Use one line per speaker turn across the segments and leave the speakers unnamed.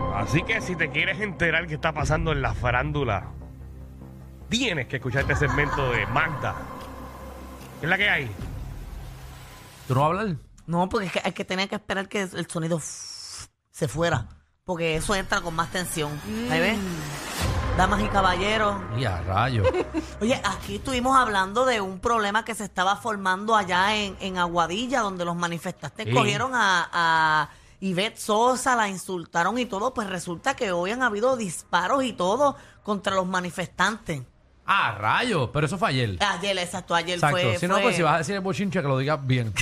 Así que si te quieres enterar qué está pasando en la farándula, tienes que escuchar este segmento de Magda. ¿Qué es la que hay?
¿Tú no vas a hablar?
No, porque es que, es que tenía que esperar que el sonido se fuera. Porque eso entra con más tensión. ¿Ahí ves?
Mm.
Damas y caballeros.
Y a rayo.
Oye, aquí estuvimos hablando de un problema que se estaba formando allá en, en Aguadilla, donde los manifestantes
Sí.
cogieron a, a Ivette Sosa, la insultaron y todo. Pues resulta que hoy han habido disparos y todo contra los manifestantes.
¡A rayo! Pero eso fue ayer.
Ayer, exacto, ayer
Exacto.
fue.
si no,
fue-
pues si vas a decir el bochinche, que lo digas bien.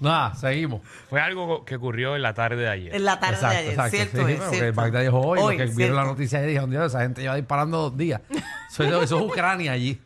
Nada, seguimos.
Fue algo que ocurrió en la tarde de ayer.
En la tarde
exacto,
de ayer,
exacto.
cierto.
Sí,
es,
bueno,
cierto.
que Bagdad dijo hoy, los que vieron la
cierto.
noticia ayer dijeron, Dios, esa gente lleva disparando dos días. Eso, eso- eso es Ucrania allí.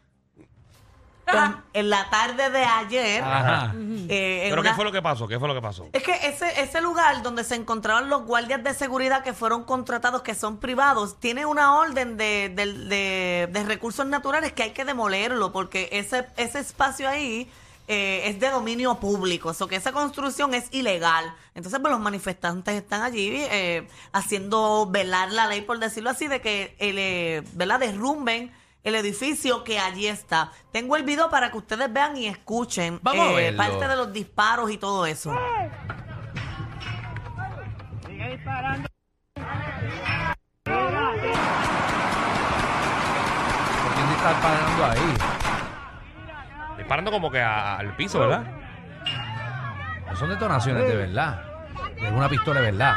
Con- en la tarde de ayer.
Ajá.
eh,
Ah.
en
¿Pero qué
una-
fue lo que pasó? ¿Qué fue lo que pasó?
Es que ese, ese lugar donde se encontraron los guardias de seguridad que fueron contratados, que son privados, tiene una orden de, de- de- de recursos naturales que hay que demolerlo, porque ese, ese espacio ahí eh, es de dominio público, o sea, que esa construcción es ilegal. Entonces, pues los manifestantes están allí eh, haciendo velar la ley, por decirlo así, de que el, eh, ¿verdad? derrumben el edificio que allí está. Tengo el video para que ustedes vean y escuchen eh,
Vamos a verlo.
parte de los disparos y todo eso.
¿Por qué están disparando ahí?
Disparando como que a- al piso, ¿verdad?
No son detonaciones de verdad. De una pistola de verdad.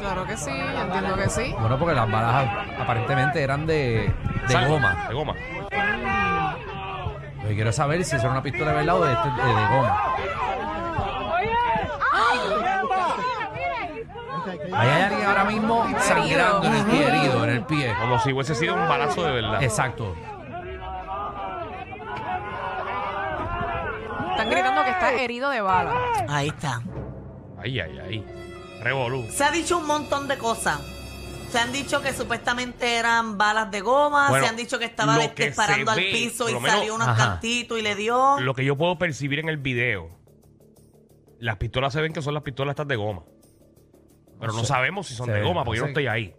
Claro que sí, yo entiendo que sí.
Bueno, porque las balas ap- aparentemente eran de, de
Sal-
goma.
De goma.
Lo que quiero saber es si era una pistola de verdad o de, este- de- de goma. Ahí hay alguien ahora mismo sangrando en el pie, herido, en el pie.
Como si hubiese sido un balazo de verdad.
Exacto.
Están gritando que está herido de bala.
Ahí está.
Ay, ay, ay. Revolú.
Se ha dicho un montón de cosas. Se han dicho que supuestamente eran balas de goma,
Bueno,
se han dicho que estaba
lo
este,
que
disparando al
se ve,
piso
por
y
lo menos-
salió unos
Ajá.
cantitos y le dio.
Lo que yo puedo percibir en el video, las pistolas se ven que son las pistolas estas de goma. Pero no,
sé.
sabemos si son
Se
de
ve,
goma
no
porque yo no
sé.
estoy ahí.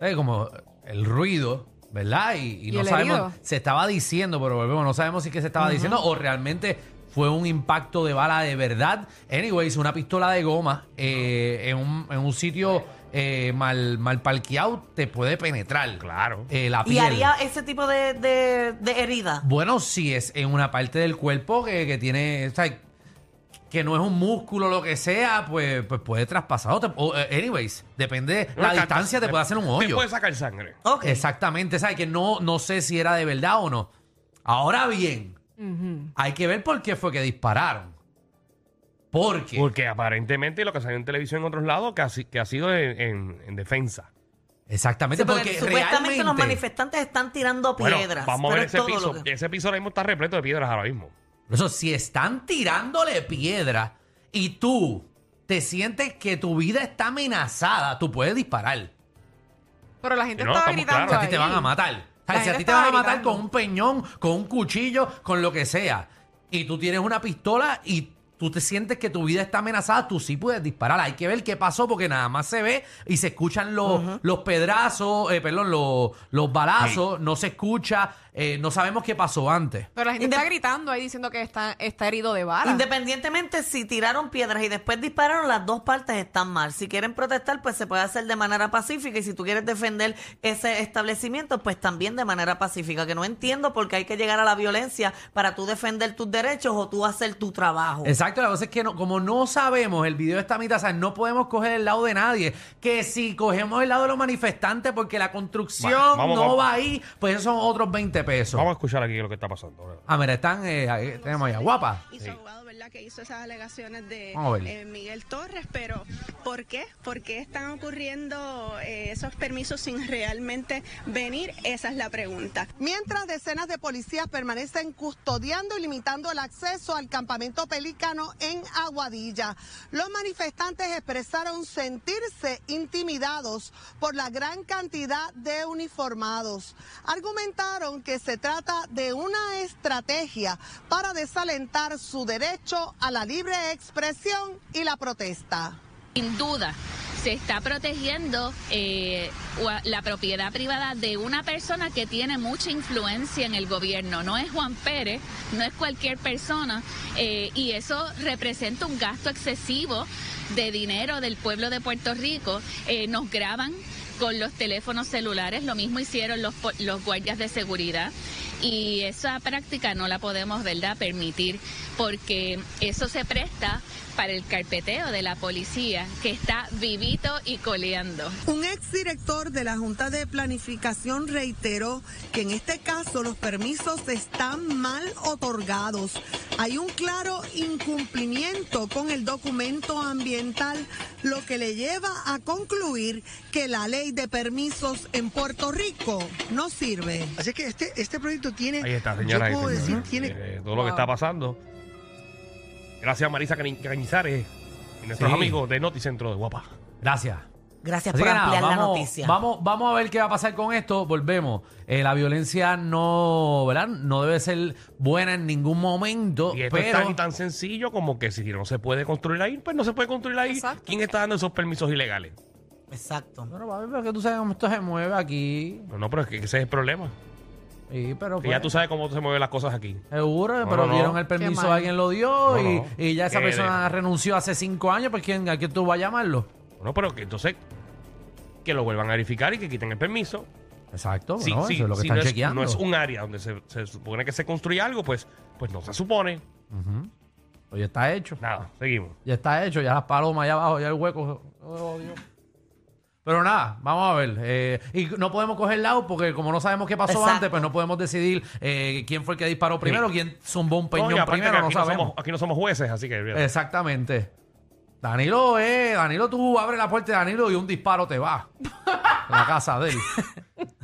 Es como el ruido, ¿verdad? Y, y
¿Y
no
el
sabemos,
herido?
se estaba diciendo, pero volvemos, no sabemos si es que se estaba diciendo o realmente fue un impacto de bala de verdad. Anyways, una pistola de goma eh, en, un, en un sitio eh, mal, mal parqueado te puede penetrar.
Claro.
eh, la
y
piel.
haría ese tipo de, de, de herida.
Bueno, si es en una parte del cuerpo que, que tiene, o sea, que no es un músculo lo que sea, pues, pues puede traspasar. otra- o, eh, anyways, depende
Una
la
ca-
distancia, te puede hacer un
Te
hoyo.
puede sacar sangre.
Ok.
Exactamente, ¿sabes? Que no, no sé si era de verdad o no. Ahora bien, hay que ver por qué fue que dispararon. Porque
Porque aparentemente lo que salió en televisión en otros lados que ha, si- que ha sido en, en- en defensa.
Exactamente,
Sí, porque
porque,
supuestamente los
realmente...
manifestantes están tirando
Bueno,
piedras.
vamos a
pero
ver
es
ese
todo
piso.
lo que-
Ese piso ahora mismo está repleto de piedras ahora mismo.
Por eso, si están tirándole piedra y tú te sientes que tu vida está amenazada, tú puedes disparar.
Pero la gente
No,
estaba
estamos
O sea,
gritando.
a
claros,
ti te van
ahí.
a matar. O sea,
La
si a
gente
ti te van a
estaba
matar
gritando.
con un peñón, con un cuchillo, con lo que sea, y tú tienes una pistola y tú te sientes que tu vida está amenazada, tú sí puedes disparar. Hay que ver qué pasó porque nada más se ve y se escuchan los, los pedrazos, eh, perdón, los, los balazos, no se escucha, eh, no sabemos qué pasó antes.
Pero la gente
Indep-
está gritando ahí diciendo que está, está herido de bala.
Independientemente si tiraron piedras y después dispararon, las dos partes están mal. Si quieren protestar, pues se puede hacer de manera pacífica y si tú quieres defender ese establecimiento, pues también de manera pacífica, que no entiendo por qué hay que llegar a la violencia para tú defender tus derechos o tú hacer tu trabajo.
Exacto, la cosa es que no- como no sabemos, el video está a mitad, o sea, no podemos coger el lado de nadie. Que si cogemos el lado de los manifestantes porque la construcción
Bueno, vamos,
no
vamos.
va ahí, pues esos son otros 20 pesos.
Vamos a escuchar aquí lo que está pasando.
Ah, mira, están, eh, ahí tenemos allá, guapa.
y su abogado, ¿verdad? Que hizo esas alegaciones de
Vamos a ver.
eh, Miguel Torres, pero ¿por qué? ¿Por qué están ocurriendo eh, esos permisos sin realmente venir? Esa es la pregunta.
Mientras decenas de policías permanecen custodiando y limitando el acceso al campamento Pelícano en Aguadilla, los manifestantes expresaron sentirse intimidados por la gran cantidad de uniformados. Argumentaron que se trata de una estrategia para desalentar su derecho a la libre expresión y la protesta.
Sin duda, se está protegiendo eh, ua- la propiedad privada de una persona que tiene mucha influencia en el gobierno. No es Juan Pérez, no es cualquier persona, eh, y eso representa un gasto excesivo de dinero del pueblo de Puerto Rico. Eh, nos graban con los teléfonos celulares, lo mismo hicieron los, po- los guardias de seguridad. Y esa práctica no la podemos, ¿verdad?, permitir, porque eso se presta para el carpeteo de la policía, que está vivito y coleando.
Un exdirector de la Junta de Planificación reiteró que en este caso los permisos están mal otorgados. Hay un claro incumplimiento con el documento ambiental, lo que le lleva a concluir que la ley de permisos en Puerto Rico no sirve.
Así que este, este proyecto tiene.
Ahí está,
yo
señora.
puedo
y
decir,
señores.
tiene.
Eh, todo lo que está pasando. Gracias a Marisa Cani- Cañizares y nuestros
Sí.
amigos de Noticentro de Guapa.
Gracias.
Gracias
Así
por
que nada,
ampliar la
vamos,
noticia.
Vamos, vamos a ver qué va a pasar con esto. Volvemos. Eh, la violencia no, ¿verdad? No debe ser buena en ningún momento.
Y esto
Oh, pero
es tan, tan sencillo como que si no se puede construir ahí, pues no se puede construir ahí.
Exacto.
¿Quién está dando esos permisos ilegales?
Exacto.
Bueno, papi, pero que tú sabes cómo esto se mueve aquí.
No, no, pero es que ese es el problema.
Sí, pero pues,
Que ya tú sabes cómo se mueven las cosas aquí.
Seguro,
No,
pero
no, no.
dieron el permiso,
Qué mal.
alguien lo dio
No,
y,
no.
y ya esa
Qué
persona
de-
renunció hace cinco años, pues ¿quién, ¿a quién tú vas a llamarlo?
No, pero que entonces que lo vuelvan a verificar y que quiten el permiso.
Exacto,
Sí,
Ah, bueno,
sí,
eso es lo que
sí,
están
no, es,
chequeando.
no es un área donde se, se supone que se construye algo, pues, pues no se supone.
Ujú. Pues ya está hecho.
Nada, seguimos.
Ya está hecho, ya las palomas allá abajo, ya el hueco. Oh, Dios. Pero nada, vamos a ver. eh, y no podemos coger lado porque como no sabemos qué pasó
Exacto.
antes, pues no podemos decidir eh, quién fue el que disparó primero,
Sí.
quién zumbó un
No,
peñón
y aparte que
primero, Pues no
aquí, no
sabemos.
somos, aquí no somos jueces, así que... olvídate.
Exactamente. Danilo, eh, Danilo, tú abres la puerta de Danilo y un disparo te va. a la casa de él.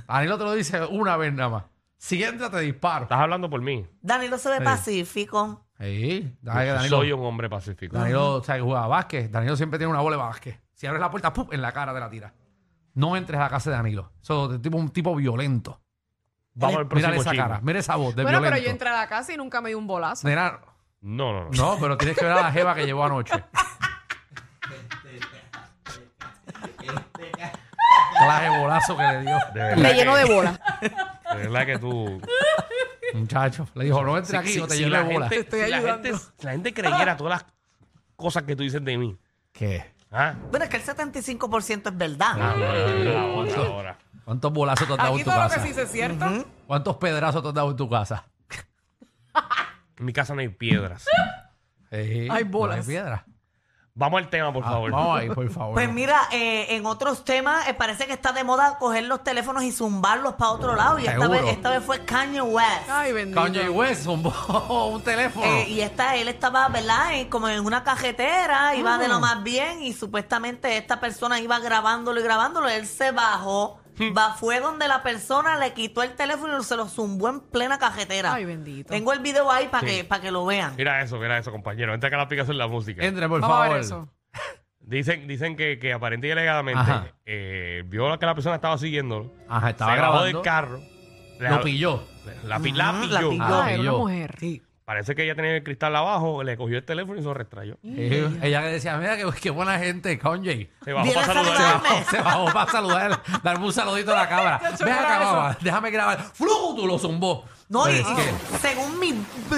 Danilo te lo dice una vez nada más. Si entra, te disparo.
Estás hablando por mí.
Danilo se ve
Sí.
pacífico.
Sí, dale que Danilo.
Soy un hombre pacífico.
Danilo o sea, que juega a básquet. Danilo siempre tiene una bola de básquet. Si abres la puerta, ¡pum! en la cara de la tira. No entres a la casa de Danilo. Eso es tipo, un tipo violento.
Vamos al próximo
Mira esa
chisme.
cara, mira esa voz de
Bueno,
violento.
pero yo entré a la casa y nunca me di un bolazo.
Nena,
No, no, no.
no, pero tienes que ver a la jeva que llevó anoche. Clase de bolazo que le dio.
De verdad
Me lleno
que-
de bola.
de verdad que tú...
Muchacho, le dijo, no entre aquí
Si-
o te
si
lleno
la
de bola.
gente-
Estoy
si la
ayudando.
gente, si la gente creyera todas las cosas que tú dices de mí.
¿Qué?
¿Ah?
Bueno, es que el 75% es verdad.
Ah, bueno, ahora, ahora.
¿Cuántos bolazos te has dado
Aquí
en tu
todo lo que
casa?
se dice es cierto.
¿Cuántos pedrazos te has dado en tu casa?
En mi casa no hay piedras.
Eh,
Hay
no
bolas.
piedra.
Vamos al tema, por
Ah,
favor.
Vamos ahí, por favor.
Pues mira, eh, en otros temas eh, parece que está de moda coger los teléfonos y zumbarlos para otro lado. Y esta
Seguro.
vez, esta vez fue Kanye West.
Ay, bendito.
Kanye West, un, bo- un teléfono.
Eh,
Mm.
y esta, él estaba, ¿verdad? En- como en una cajetera, iba de
Mm.
lo más bien y supuestamente esta persona iba grabándolo y grabándolo. Él se bajó,
Mm.
va, fue donde la persona le quitó el teléfono y se lo zumbó en plena cajetera.
Ay, bendito.
Tengo el video ahí para
Sí.
que, para que lo vean.
Mira eso, mira eso, compañero. Entra acá a la aplicación de la música.
Entre, por
Vamos a
favor.
ver eso.
Dicen, dicen que, que aparente y alegadamente
Ajá.
eh, vio que la persona estaba siguiéndolo.
Ajá, estaba
se bajó del
grabando.
carro. le-
Lo pilló.
La, pi- la
Ujú,
pilló.
la pilló.
Ah,
Ah, era una
yo.
mujer.
Parece que ella tenía el cristal abajo, le cogió el teléfono y se lo restrayó.
Eh, ella le decía, mira qué, qué buena gente, Kanye.
Se bajó
Viene
para
Se
a
saludar.
saludar.
bajó, se bajó para saludar, darme un saludito a la cámara.
Yo
Ve acá,
grabé eso.
mamá, déjame grabar. ¡Flu! Tú lo zumbó.
No, y,
Pero es que-
y según mi,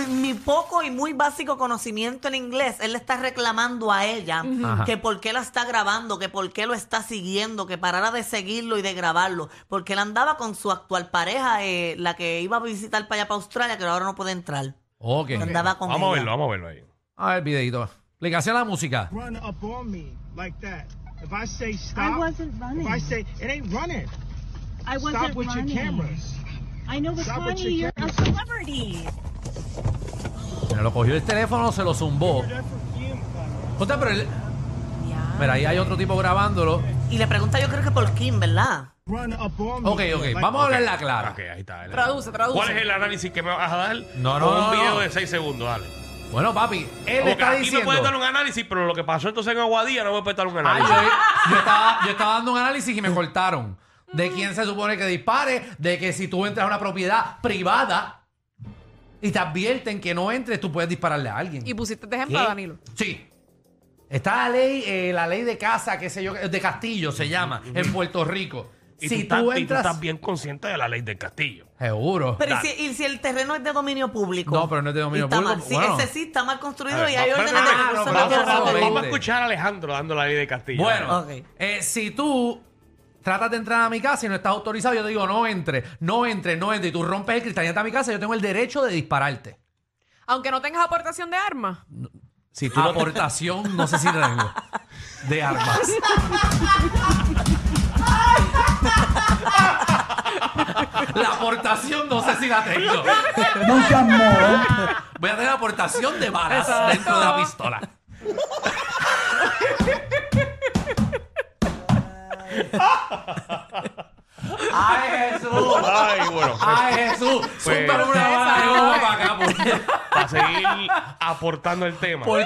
mi poco y muy básico conocimiento en inglés, él le está reclamando a ella
Ajá.
que por qué la está grabando, que por qué lo está siguiendo, que parara de seguirlo y de grabarlo, porque él andaba con su actual pareja, eh, la que iba a visitar para allá para Australia, que ahora no puede entrar.
Ok.
Andaba con
Vamos a
ella.
verlo, vamos a verlo ahí.
A ver, videito. Explicación a la música.
run up on me like that. If I say stop, I wasn't running. If I say it ain't running,
I wasn't
stop with
running.
your cameras.
I know, but
Stop with
Connie,
your
you're a celebrity.
Mira, lo cogió el teléfono, se lo zumbó. Puta, pero él- Mira, ahí hay otro tipo grabándolo.
Y le pregunta yo creo que por Kim, ¿verdad?
Run up on me.
Ok, ok,
like
vamos a hablarla
Claro.
clara.
Ok, ahí está.
Traduce, traduce.
¿Cuál es el análisis que me vas a dar?
No, no,
Con
no,
Un video
no.
de 6 segundos, dale.
Bueno, papi, él
Porque
está
aquí me
diciendo.
puedes dar un análisis, pero lo que pasó entonces en Aguadilla no me puede dar un
Ah,
análisis.
yo, yo estaba, yo estaba dando un análisis
Mm.
y me cortaron. De quién se supone que dispare, de que si tú entras a una propiedad privada y te advierten que no entres, tú puedes dispararle a alguien.
este Y pusiste de ejemplo a Danilo.
Sí. Está la ley, eh, la ley de casa, qué sé yo, de Castillo se llama, en Puerto Rico.
Mm, Y,
si
tú estás, y tú estás bien consciente de la ley del castillo.
Seguro.
Pero ¿y
Dale.
si, y si el terreno es de dominio público?
No, pero no es de dominio
Y está
público,
mal. Sí,
bueno.
ese sí está mal construido
A ver,
y hay
va-
órdenes
espérate,
de
ah,
recursos
no,
Vamos,
pero-
naturales.
vamos,
Veinte.
vamos a escuchar a Alejandro dando la ley de Castillo.
Bueno,
Ok.
eh, si tú tratas de entrar a mi casa y no estás autorizado, yo te digo, no entre, no entre, no entre, y tú rompes el cristal y entras a mi casa, yo tengo el derecho de dispararte.
Aunque no tengas aportación de armas.
si tú no te-
Ah, Aportación, no, sé si la tengo, de armas. La aportación no sé si la tengo. Voy a tener aportación de balas dentro de la pistola. ¡Ay, Jesús!
Ay, bueno. pues,
¡Ay, Jesús!
Pues-
Zúmbale una bala de goma para acá, porque,
para seguir aportando el tema.
porque-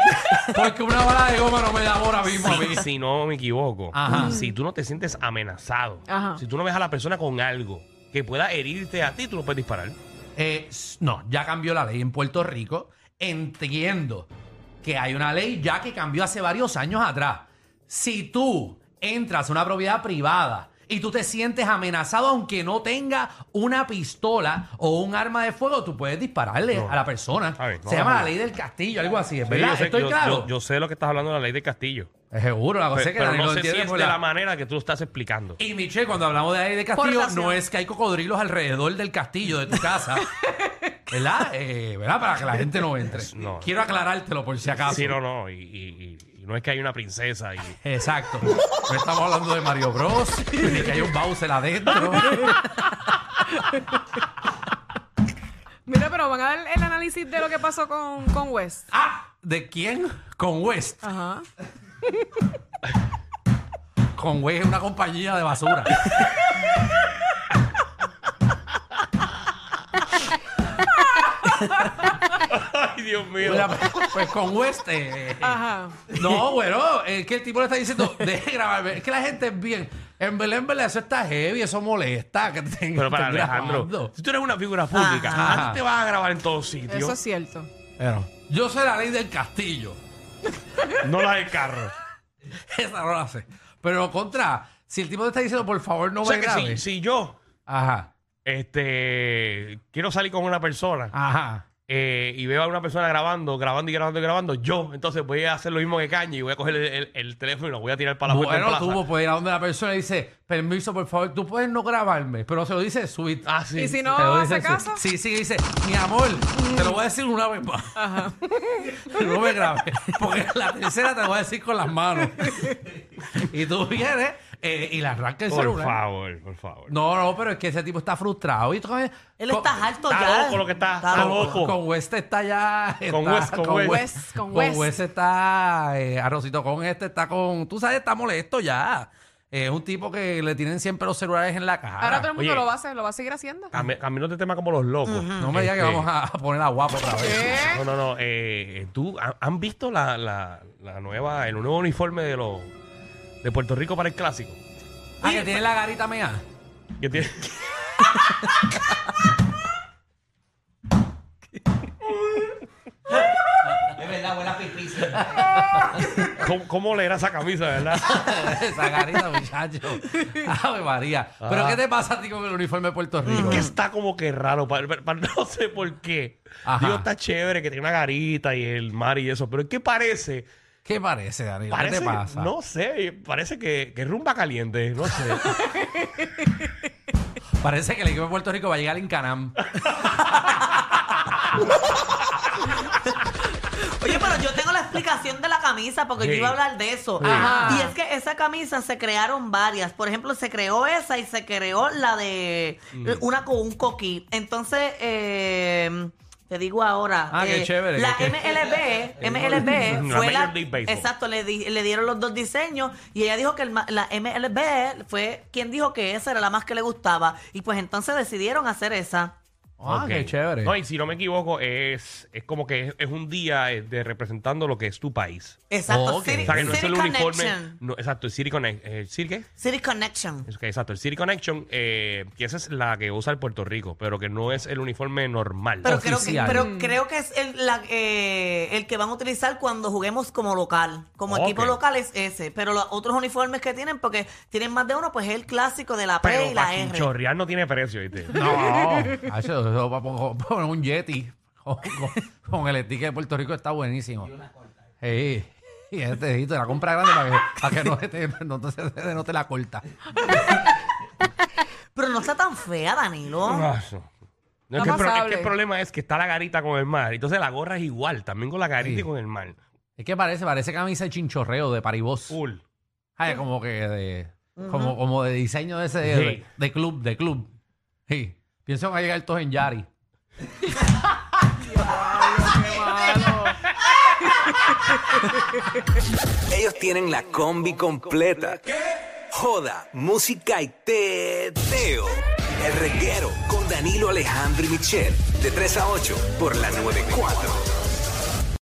porque una bala de goma no me da ahora mismo a mí.
si, si no me equivoco,
Ajá.
si tú no te sientes amenazado,
Ajá.
si tú no ves a la persona con algo que pueda herirte a ti, tú no puedes disparar.
Eh, s- no, ya cambió la ley en Puerto Rico. Entiendo que hay una ley ya que cambió hace varios años atrás. Si tú entras a una propiedad privada y tú te sientes amenazado aunque no tenga una pistola o un arma de fuego, tú puedes dispararle
No.
a la persona.
A ver,
Se
vamos
llama
a
la
ver.
ley del castillo, algo así,
Sí,
¿verdad?
yo sé-
Estoy
yo-
claro.
yo- yo sé lo que estás hablando de la ley de Castillo.
Seguro, la cosa
Pe-
es que
pero
Dani
no
lo
sé si
entiende
es
por
de
la-
la manera que tú estás explicando.
Y Michelle, cuando hablamos de la ley de castillo,
Portación.
no es que hay cocodrilos alrededor del castillo de tu casa. ¿Verdad? Eh, ¿Verdad? Para que la gente no entre.
No.
Quiero aclarártelo por si acaso.
Ah, Sí, no, no. Y, y- y- y no es que hay una princesa. Y...
Exacto. No estamos hablando de Mario Bros. ni que hay un Bowser adentro.
Mira, pero van a dar el análisis de lo que pasó con, con West.
ah, ¿de quién? Con West.
Ajá.
Con West es una compañía de basura.
Ay, Dios mío.
Mira, pues con West. eh,
Ajá.
No, bueno, es que el tipo le está diciendo, deje de grabarme. Es que la gente es bien. En Belén, Belén, eso está heavy, eso molesta. Que te
Pero para
estén
Alejandro,
grabando.
si tú eres una figura pública,
Ajá.
a ti te vas a grabar en todos sitios.
Eso es cierto.
Pero, yo sé la ley del castillo.
No la del carro.
Esa no la sé. Pero contra, si el tipo te está diciendo, por favor, no
o sea
me
que si,
grabes.
si yo
Ajá,
este, quiero salir con una persona
Ah. ajá.
eh, y veo a una persona grabando, grabando y grabando y grabando, yo entonces voy a hacer lo mismo que Kanye y voy a coger el, el- el teléfono y lo voy a tirar para la puerta
Bueno,
en
tú
plaza.
puedes ir a donde la persona y dice, permiso, por favor, tú puedes no grabarme. Pero se lo dice sweet.
Ah, sí.
¿Y si
sí.
no
Te lo
hace
dice
caso?
sweet. Sí, sí, dice, mi amor, te lo voy a decir una vez más. no me grabes. Porque la tercera te lo voy a decir con las manos. y tú vienes eh, y le arrancas el
Por
celular.
favor, por favor.
No, no, pero es que ese tipo está frustrado. Y tú también-
Él
con-
está harto
Está
ya.
loco lo que está, está
Con-
loco.
Con West está ya.
Con
está-
West, con West.
West, con
Con
West.
West está. eh, Arrocito con este está con. Tú sabes, está molesto ya. Eh, Es un tipo que le tienen siempre los celulares en la cara.
Ahora todo el mundo
oye.
lo va a hacer, lo va a seguir haciendo.
Ah,
Cambi- Cambiando de tema como los locos.
No me digas que
Este,
vamos a a poner a guapo otra vez.
¿Qué?
No, no, no. eh, ¿Tú ha- han visto la, la- la nueva, el nuevo uniforme de los de Puerto Rico para el clásico?
Ah, que tiene la garita mía.
Que tiene-
Es verdad, buena pipí.
¿Cómo, cómo leer esa camisa, verdad?
Esa garita, muchacho. Ave María. ¿Pero
Ah. Mm.
qué te pasa a ti con el uniforme de Puerto Rico?
que está como que raro, pa- pa- pa- no sé por qué.
Ajá.
Digo, está chévere que tiene una garita y el mar y eso, pero es que parece,
¿Qué parece, Danilo? ¿Qué
parece,
te pasa?
no sé, parece que, que rumba caliente, no sé.
Parece que el equipo de Puerto Rico va a llegar en Canam.
Oye, pero yo tengo la explicación de la camisa porque yo
Sí.
iba a hablar de eso.
Sí.
Ajá.
Y es que esa camisa se crearon varias. Por ejemplo, se creó esa y se creó la de
Mm.
una con un coquí. Entonces, eh, te digo ahora.
Ah, qué
eh,
chévere,
La
que-
Eh,
MLB,
Ujú.
MLB
La
fue
Major
la.
League Baseball.
Exacto, le, di- le dieron los dos diseños y ella dijo que el ma- la MLB fue quien dijo que esa era la más que le gustaba. Y pues entonces decidieron hacer esa.
Ah,
Ok.
qué chévere.
No, y si no me equivoco, es, es como que es, es un día eh, de representando lo que es tu país.
Exacto.
Ok.
Oh, O
City,
sea, que no es
City
el uniforme.
Connection.
no, exacto, el City Connection. ¿City qué?
City Connection.
Es que, exacto, el City Connection, eh, que esa es la que usa el Puerto Rico, pero que no es el uniforme normal.
Pero creo, que,
Oficial.
pero creo que es el, la- eh, el que van a utilizar cuando juguemos como local. Como
Ok.
equipo local es ese. Pero los otros uniformes que tienen, porque tienen más de uno, pues es el clásico de la P
pero
y
para
la R.
chinchorrear no tiene precio, ¿viste?
No, Hacho, eso va a pon- va a poner un Yeti con, con- con el etiquete de Puerto Rico está buenísimo. Sí. Y este dedito, la compra grande para que, para que no, te, no, te, no te la corta.
Pero no está tan fea, Danilo.
Ah, eso. No, es, que el pro- es que el
pasable.
problema es que está la garita con el mar. Entonces la gorra es igual, también con la garita
Sí.
y con el mar.
Es que parece, parece camisa de chinchorreo de Paribos.
Full.
Ay, como que de, como, como de diseño de ese de,
Sí.
de club, de club. Sí. Pienso que va a llegar todos en Yari.
Ellos tienen la combi completa. Joda, música y teo. El reguero con Danilo Alejandro y Michel. De 3 a 8 por la 94.